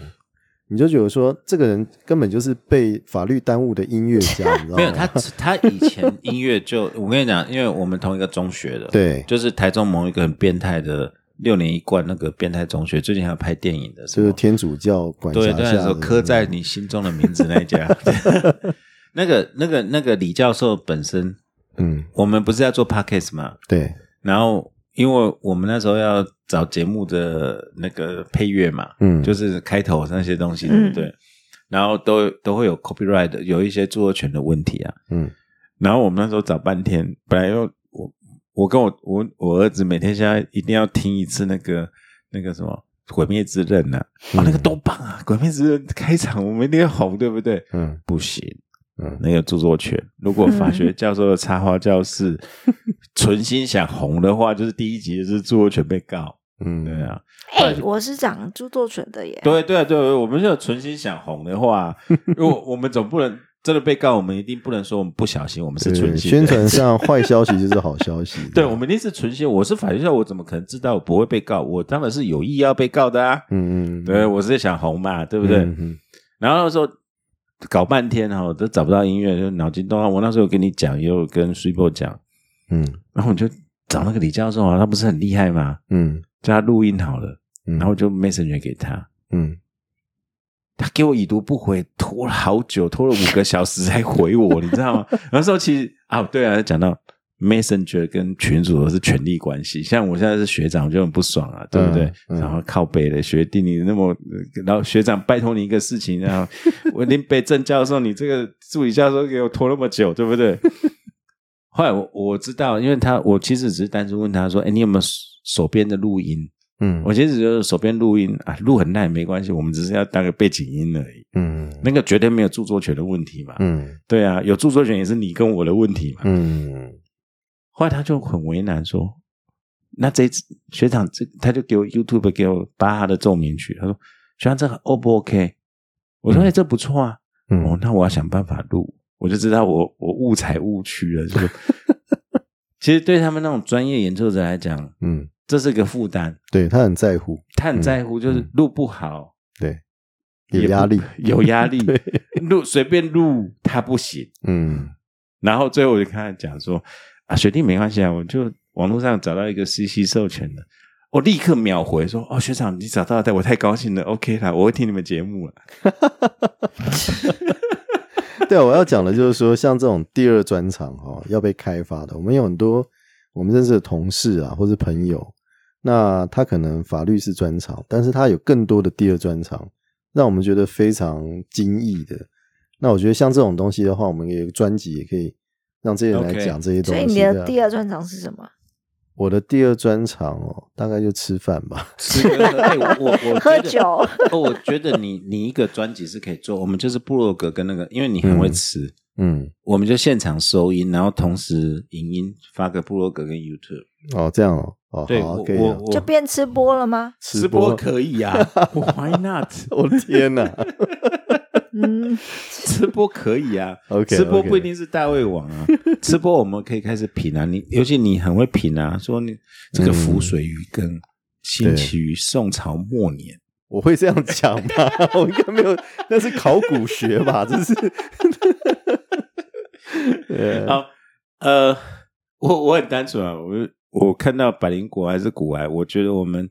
你就觉得说，这个人根本就是被法律耽误的音乐 家，你知道吗？
没有他，他以前音乐就我跟你讲，因为我们同一个中学的，，
对，
就是台中某一个很变态的六年一贯那个变态中学，最近还有拍电影的，
就是天主教管辖
对，
下
对，那时候
的
刻在你心中的名字那一家。那个、那个、那个李教授本身，
嗯，
我们不是要做 podcast 吗？
对，
然后因为我们那时候要找节目的那个配乐嘛，
嗯，
就是开头那些东西，
嗯
对，然后都都会有 copyright，的有一些著作权的问题啊。
嗯
然后我们那时候找半天，本来又我我跟我我我儿子每天现在一定要听一次那个那个什么《鬼灭之刃》呐，
嗯
啊，那个多棒啊！《鬼灭之刃》开场我们一定要红，对不对？
嗯
不行，
嗯
那个著作权，如果法学教授的插画教室存心想红的话，就是第一集就是著作权被告，
嗯，
对啊，
哎、我是讲著作权的耶。
对对对，我们就存心想红的话，因为我们总不能真的被告，我们一定不能说我们不小心，我们是
对
存心的，
宣传上坏消息就是好消息啊
对，我们一定是存心。我是法律校，我怎么可能知道我不会被告？我当然是有意要被告的啊。
嗯嗯，
对，
嗯，
我是想红嘛，对不对？
嗯嗯
然后那时候搞半天哈、哦，都找不到音乐，就脑筋动荡。我那时候有跟你讲，也有跟 Super 讲，
嗯
然后我就找那个李教授啊，他不是很厉害吗？
嗯
叫他录音好了，
嗯，
然后就 Messenger 给他，
嗯，
他给我已读不回，拖了好久，拖了五个小时才回我，你知道吗？ 那时候其实啊，对啊，讲到 Messenger 跟群主都是权力关系，像我现在是学长，我就很不爽啊，对不对？
嗯嗯
然后靠北的学弟，你那么，然后学长拜托你一个事情，然后我林北正教授，你这个助理教授给我拖那么久，对不对？ 后来我我知道，因为他我其实只是单纯问他说，哎，你有没有手边的录音？
嗯
我其实就是手边录音啊，录很烂也没关系，我们只是要当个背景音而已。
嗯
那个绝对没有著作权的问题嘛。
嗯
对啊，有著作权也是你跟我的问题嘛。
嗯
后来他就很为难说，那这一次学长这他就给我 YouTube 给我巴哈的奏鸣曲，他说学长这个 O 不 OK？我说哎、这不错啊，哦
嗯，
那我要想办法录，我就知道我我误踩误区了，就是 其实对他们那种专业演奏者来讲，
嗯，
这是个负担，
对他很在乎，
他很在乎，就是
嗯
录不好。
对，
也
有
不
压力，
有压 力，录随便录他不行。
嗯
然后最后我就跟他讲说啊，学弟没关系啊，我就网络上找到一个 CC 授权的，我立刻秒回说哦，学长你找到的，我太高兴了，OK 啦，我会听你们节目了。
对啊，我要讲的就是说，像这种第二专场哦，要被开发的，我们有很多我们认识的同事啊，或是朋友，那他可能法律是专场，但是他有更多的第二专场，让我们觉得非常惊异的。那我觉得像这种东西的话，我们也有专辑也可以让这些人来
OK
讲这些东
所
西。
以你
对
的
啊
第二专长是什么？
我的第二专场哦，大概就吃饭吧。
是个哎，我 我觉得
喝酒
哦，我觉得你你一个专辑是可以做，我们就是部落格跟那个，因为你很会吃，
嗯，
我们就现场收音，然后同时影音发个部落格跟 YouTube。
哦，这样哦，哦，
对，
好
我
啊，可以
我
啊。
我
就变吃播了吗？
直播可以 啊，Why not？
我的天哪
嗯，
吃播可以啊
OK，OK
吃播不一定是大胃王啊， 吃播我们可以开始品啊，你尤其你很会品啊，说你这个浮水鱼羹、兴起于宋朝末年，
我会这样讲吧？我应该没有，那是考古学吧？这是，对，
好，呃，我我很单纯啊，我我看到百灵果还是古癌，我觉得我们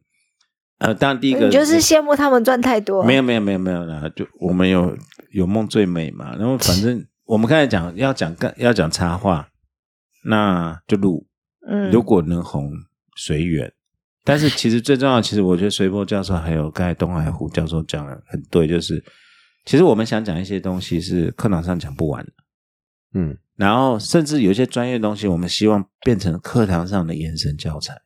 呃，当然第一个
你就是羡慕他们赚太多。
没有没有没有没有啦，就我们有有梦最美嘛，然后反正我们刚才讲要讲干要讲插画，那就录。
嗯，
如果能红，随缘。但是其实最重要，其实我觉得随波教授还有刚才东海湖教授讲的很对，就是其实我们想讲一些东西是课堂上讲不完的，
嗯，
然后甚至有一些专业的东西，我们希望变成课堂上的延伸教材。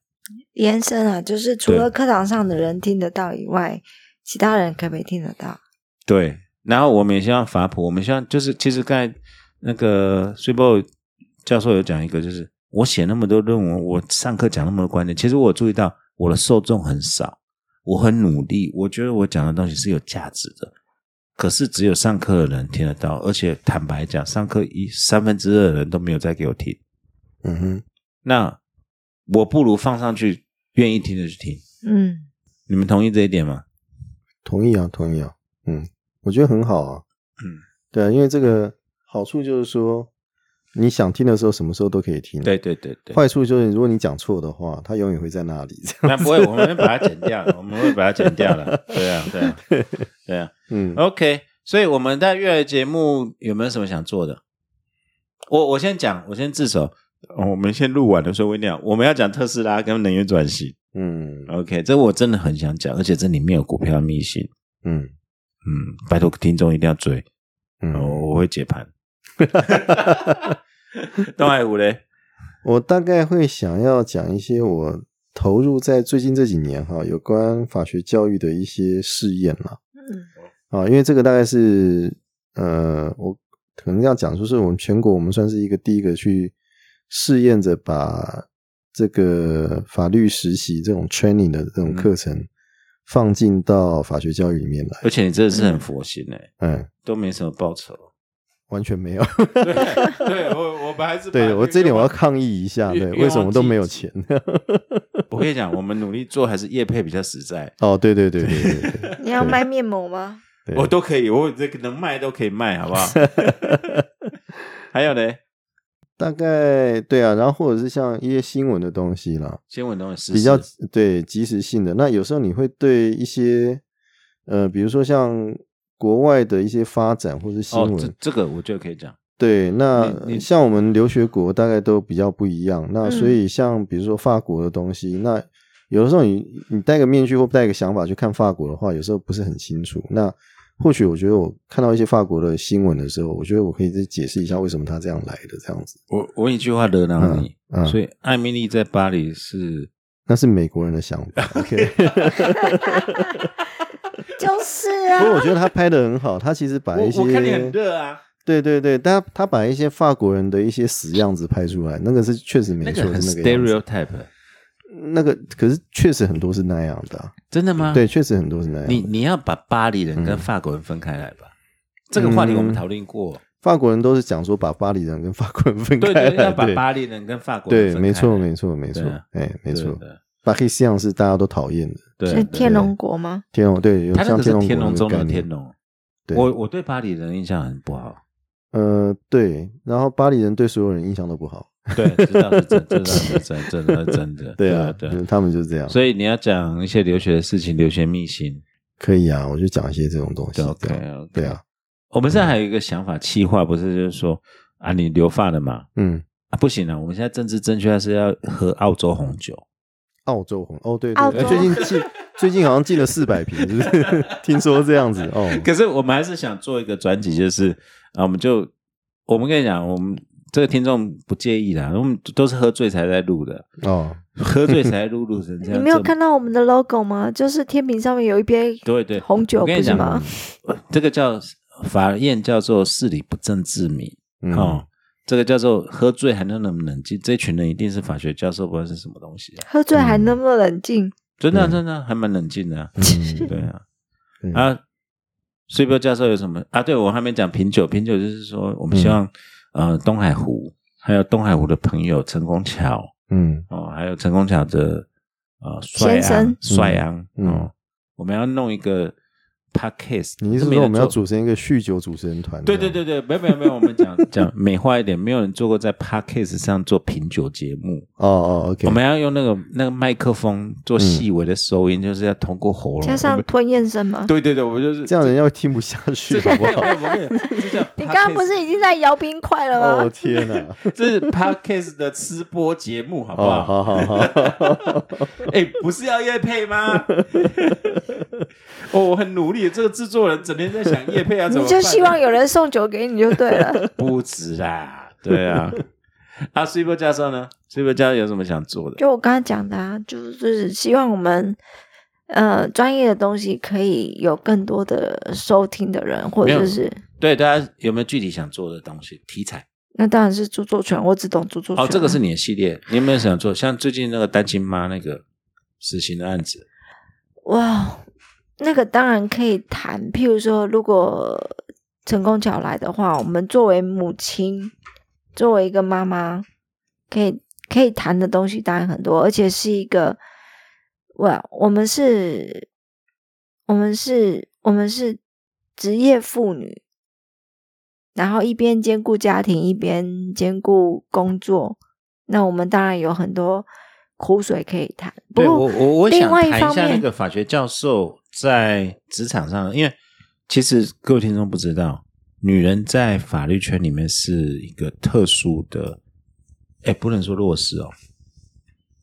延伸啊，就是除
对
了课堂上的人听得到以外，其他人可不可以听得到？
对，然后我们也希望法普，我们希望就是其实刚才那个随波教授有讲一个，就是我写那么多论文，我上课讲那么多观点，其实我有注意到我的受众很少，我很努力，我觉得我讲的东西是有价值的，可是只有上课的人听得到，而且坦白讲，上课一三分之二的人都没有在给我听，
嗯哼，
那我不如放上去，愿意听的去听，
嗯，
你们同意这一点吗？
同意啊，同意啊，嗯，我觉得很好啊，
嗯，
对啊，因为这个好处就是说，你想听的时候，什么时候都可以听。
对，对对对。
坏处就是如果你讲错的话，它永远会在那里。这 样，
那不会，我们会把它剪掉，我们会把它剪掉 了。对啊，对啊，对啊。
嗯，
OK，所以我们在月儿节目有没有什么想做的？我我先讲，我先自首。哦我们先录完了，所以我一定要我们要讲特斯拉跟能源转型。
嗯
OK，这我真的很想讲，而且这里面有股票秘辛。
嗯
嗯，拜托听众一定要追，
嗯，
哦，我会解盘。 东海五嘞，
我大概会想要讲一些我投入在最近这几年哈有关法学教育的一些试验啦。
嗯
啊，因为这个大概是呃，我可能要讲说是我们全国我们算是一个第一个去试验着把这个法律实习这种 training 的这种课程放进到法学教育里面来。
而且你真的是很佛心哎、
嗯，
都没什么报 酬。
完全没有。
对，对我我们还是
对我这一点我要抗议一下，
愿
对，
愿
为什么
望
都
积
没有
极
钱？
我跟你讲，我们努力做还是业配比较实在，
哦，对对对对对 对。
你要卖面 膜吗？
对
我都可以，我这个能卖都可以卖， 好不好？还有呢，
大概对啊，然后或者是像一些新闻的东西啦，
新闻都很哦实
比较对及时性的。那有时候你会对一些呃，比如说像国外的一些发展或是新
哦，
闻，
这这个我觉得可以讲。
对，那
你你
像我们留学国大概都比较不一样。那
嗯
所以像比如说法国的东西，那有的时候你你戴个面具或戴个想法去看法国的话，有时候不是很清楚。那或许我觉得我看到一些法国的新闻的时候，我觉得我可以再解释一下为什么他这样来的这样子。
我我一句话惹恼你，
嗯嗯
所以艾米丽在巴黎是
那是美国人的想 法。OK，
就是
不过我
啊，
觉得他拍的很好，他其实把一些
热啊，
对对对，但他把一些法国人的一些死样子拍出来，那个是确实没
那
错，
个很
是那个样子
stereotype，
那个可是确实很多是那样的啊、
真的吗？
对，，确实很多是那样的
你你要把巴黎人跟法国人分开来吧。这个话题我
嗯
们讨论过，
法国人都是讲说把巴黎人跟法国人分
对
开 来，
对，要把巴黎人跟法国人
对，
分开来
没错，没错，没错
对啊，
哎，没错，
对
巴黑西洋是大家都讨厌的，
对
是
对，
天龙国吗？
天龙对，有
他那
像
个是
龙
天
天
龙中的天
龙，
龙。
对，
我我对巴黎人印象很不好，
呃对，然后巴黎人对所有人印象都不好，
对，知道是真，知道是真，真的真 的，
啊，
对
就是。他们就是这样，
所以你要讲一些留学的事情，留学秘辛，
可以啊，我就讲一些这种东西
对，OK，
这样对啊，
我们现在还有一个想法，气化不是就是说啊，你留发了嘛？
嗯，
啊，不行了，我们现在政治正确是要喝澳洲红酒。
澳洲红哦，对
澳
对，
洲
哎最近 进最近好像进了四百瓶，是不是？ 听说这样子哦，
可是我们还是想做一个专辑，就是啊，我们就我们跟你讲，我们这个听众不介意啦，我们都是喝醉才在录的，
哦，
喝醉才录录成这样。
你没有
这么
看到我们的 logo 吗？就是天平上面有一杯
对对，
红酒
我跟你
不是
讲哦
吗？
这个叫法院叫做事理不正自明，
嗯
哦，这个叫做喝醉还能冷不冷静，这群人一定是法学教授，不知道是什么东西、啊，
喝醉还那么冷静，
真的啊、
嗯
真的啊、还蛮冷静的、啊，
嗯
对啊，
嗯
啊，睡标教授有什么啊？对我还没讲品酒，品酒就是说我们希望、
嗯
呃东海湖还有东海湖的朋友陈功桥
嗯
哦，还有陈功桥的呃帅
先生
昂帅昂
嗯
哦，我们要弄一个 podcast，
你意思
没
说
人
我们要啊
做
组成一个酗酒主持人团？
对对对对，没有没有没有，我们讲讲美化一点，没有人做过在 podcast 上做品酒节目，
哦哦，OK，
我们要用那个那个麦克风
嗯
做细微的收音，就是要通过喉咙。
加
我
上
们
吞咽声吗？
对对对，我们就是
这样人要听不下 去，好不好？
你
你刚刚不是已经在摇冰块了吗？
哦天哪！
这是 podcast 的吃播节目，好不
哦，
好？
好好好，
哎，不是要叶配吗？ 哦，我很努力，这个制作人整天在想叶配 啊，怎
你
么
就
办
希望有人送酒给你就对 了。
不止 啦，对啊。 啊，Super 教授呢？Super 教授有什么想做的？
就我刚刚讲的啊，就是希望我们呃专业的东西可以有更多的收听的人，或
没有
者是
对，大家有没有具体想做的东西题材？
那当然是著作权，我只懂著作权。啊
哦，这个是你的系列，你有没有想做？像最近那个单亲妈那个死刑的案子，
哇，那个当然可以谈。譬如说，如果成功桥来的话，我们作为母亲，作为一个妈妈，可以可以谈的东西当然很多，而且是一个，哇，我们是，我们是，我们是职业妇女，然后一边兼顾家庭，一边兼顾工作，那我们当然有很多苦水可以谈。不
对
过
我我我
另
想
外
谈
一
一
方
下那
面
个法学教授在职场上，因为其实各位听众不知道，女人在法律圈里面是一个特殊的，哎，不能说弱势哦，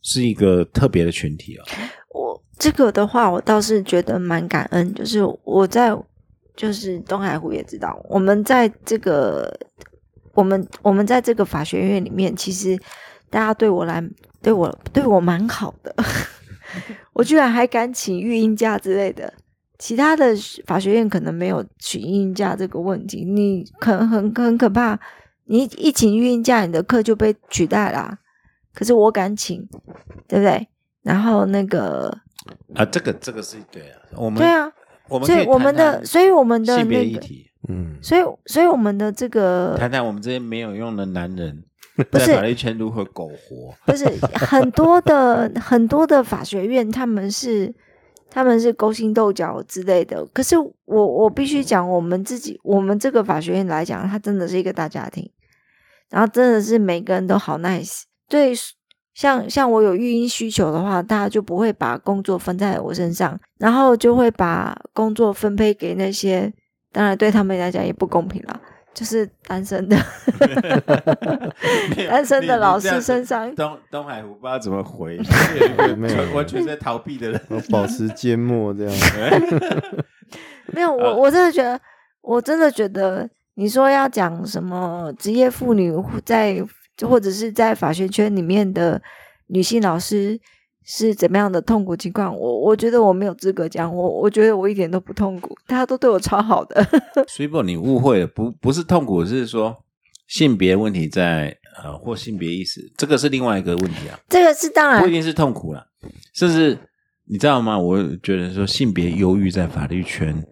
是一个特别的群体哦。
我这个的话，我倒是觉得蛮感恩，就是我在就是东海湖也知道，我们在这个我们我们在这个法学院里面，其实大家对我来对我对我蛮好的， 我居然还敢请育婴假之类的。其他的法学院可能没有请育婴假这个问题，你很很很可怕，你一请育婴假，你的课就被取代啦、可是我敢请，对不对？然后那个，
啊，这个这个是对啊，我们
对啊，
我们
所
可
以我们
谈谈
的，所以我们的
性别
那
议
个，
题，
嗯，
所以所以我们的这个
谈谈我们这些没有用的男人
不
在
是
法律圈如何苟活。
不是很多的很多的法学院，他们是他们是勾心斗角之类的。可是我我必须讲，我们自己我们这个法学院来讲，它真的是一个大家庭，然后真的是每个人都好 nice。对，像像我有育婴需求的话，大家就不会把工作分在我身上，然后就会把工作分配给那些，当然对他们来讲也不公平了。就是单身的单身的老师身上，
东东海湖不知道怎么 回，是一个
没有
完全在逃避的人。
要保持缄默这样。
没有，
呃
我我真的觉得，我真的觉得，你说要讲什么职业妇女在或者是在法学圈里面的女性老师是怎么样的痛苦情况，我我觉得我没有资格讲，我我觉得我一点都不痛苦，大家都对我超好的。
哦所以不，你误会了，不不是痛苦，是说性别问题在呃或性别意识，这个是另外一个问题啊，
这个是当
不一
然，
定是痛苦啦，甚至你知道吗？我觉得说性别忧郁在法律圈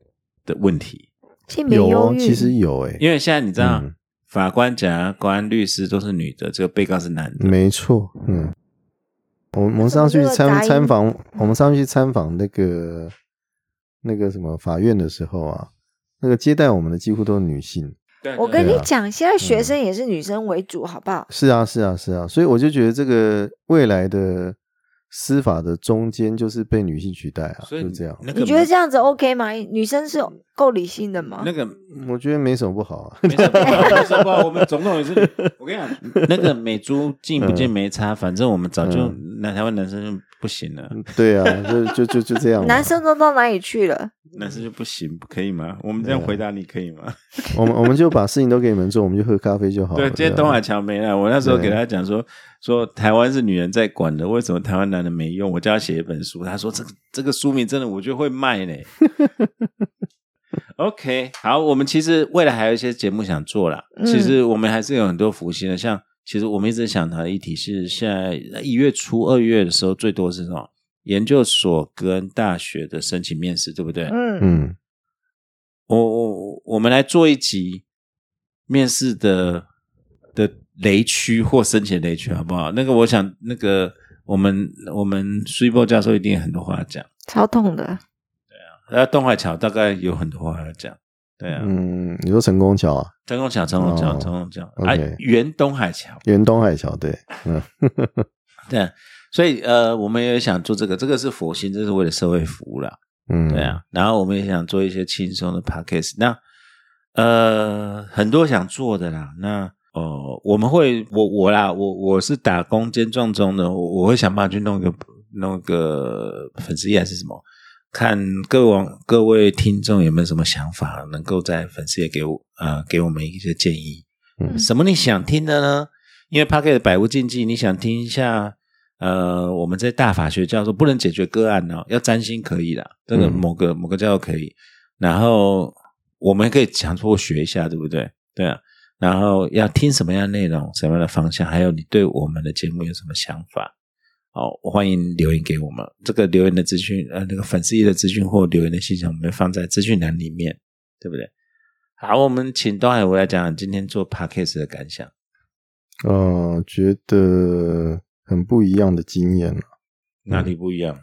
的问题，
性别
有
忧
哦，
郁，
其实有哎、
因为现在你知道，
嗯
法官、检察官、律师都是女的，这个被告是男的，
没错，嗯，我们我们上去
这个杂
参
音
参访，我们上去参访那个那个什么法院的时候啊，那个接待我们的几乎都是女性。
对
我
对啊
跟
嗯
你
对
讲，现在学生也是女生为主，好不好？
是啊，是啊，是啊，所以我就觉得这个未来的司法的中间就是被女性取代啊，
所以
就这样。
那个
你觉得这样子 OK 吗？女生是够理性的吗
那？个
我觉得没什么不好啊，
没事，不好没事，不好，我们总统也是，我跟你讲， 那个美猪进不进没差，反正我们早就那台湾男生就不行了，
对啊，就就就就这样嘛。
男生都到哪里去了？
男生就不行，可以吗？我们这样回答你可以吗？
我们我们就把事情都给你们做，我们就喝咖啡就好了。啊
对，今天
这
东
样
海桥没来，我那时候给他讲说，说台湾是女人在管的，为什么台湾男人没用？我叫他写一本书，他说这个这个书名真的我就会卖呢。OK，好，我们其实未来还有一些节目想做啦。
嗯
其实我们还是有很多福星的，像其实我们一直想谈的议题是，现在一月初、二月的时候最多是什么？研究所跟大学的申请面试，对不对？
嗯，
嗯，
我我我们来做一集面试的的雷区或申请雷区好不好？那个我想那个我们我们 s u p e 教授一定有很多话讲，
超痛的。
那东海桥大概有很多话要讲，对啊，
嗯，你说成功桥啊，
张公桥、张公桥、
哦
张公桥，
OK
哎，原东海桥，
沿东海桥对，嗯，
对啊、所以呃，我们也想做这个，这个是佛心，这是为了社会服务啦。
嗯，
对啊，然后我们也想做一些轻松的 podcast。那呃，很多想做的啦。那哦、我们会，我我啦，我我是打工兼撞中的，我我会想办法去弄一个弄一个粉丝页还是什么，看各位网各位听众有没有什么想法，能够在粉丝页给我呃给我们一些建议。
嗯
什么你想听的呢？因为 podcast 百无禁忌，你想听一下呃，我们在大法学教授不能解决个案哦，要占星可以啦，这个
嗯
某个、某个教授可以，然后我们可以强迫学一下，对不对？对啊，然后要听什么样的内容，什么样的方向，还有你对我们的节目有什么想法？好，我欢迎留言给我们。这个留言的资讯，呃，那个粉丝页的资讯或留言的信箱，我们会放在资讯栏里面，对不对？好，我们请东海我来讲讲今天做 podcast 的感想。
呃，觉得很不一样的经验了，
哪里不一样？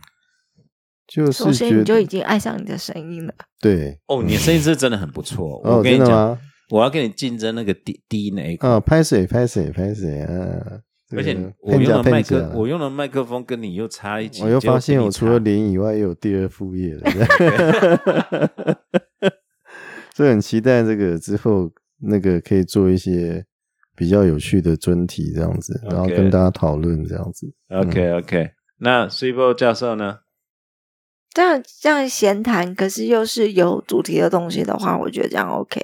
就
首
是
先你
觉
就
得
已经爱上你的声音了。
对，
哦，你的声音是真的很不 错。
哦
我跟你
真的
讲，
吗
我要跟你竞争那个低低音的 A
啊，拍谁拍谁拍谁，嗯，这
而且
个
我
骗
用
假
的麦
骗假
克，我用的麦克风跟你又差一级，
我又
结果
发现
比你
我除
差
了 零以外，也有第二副业了。所以很期待这个之后那个可以做一些比较有趣的专题这样子，
OK
然后跟大家讨论这样子。
OK OK，那 s i b o 教授呢？
这样这样闲谈，可是又是有主题的东西的话，我觉得这样 OK。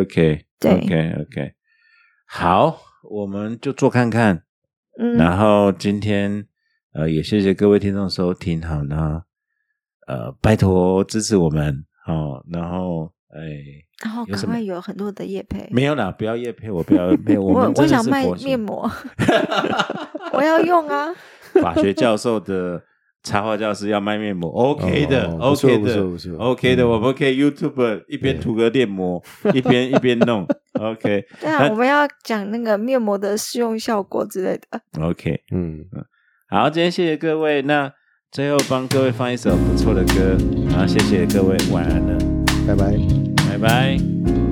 OK，
对
o k OK，好，我们就做看看。
嗯，
然后今天呃，也谢谢各位听众收听，好呢，呃，拜托支持我们哦。然后哎，
然后
有
赶
什么
快有很多的叶配。
没有啦，不要叶配我，不要叶 配我
我
们真
我
的
想
是
卖
佛心
面膜，我要用啊。
法学教授的 插画教师要卖面膜，OK 的
哦不错
，OK
不错
的
不错
，OK 的，
嗯
我们可以 YouTube 一边涂个面膜，一边一边 弄，OK
对啊，我们要讲那个面膜的试用效果之类的。
OK。
嗯，
好，今天谢谢各位，那最后帮各位放一首不错的歌，然后谢谢各位，晚安了，
拜拜。
拜拜。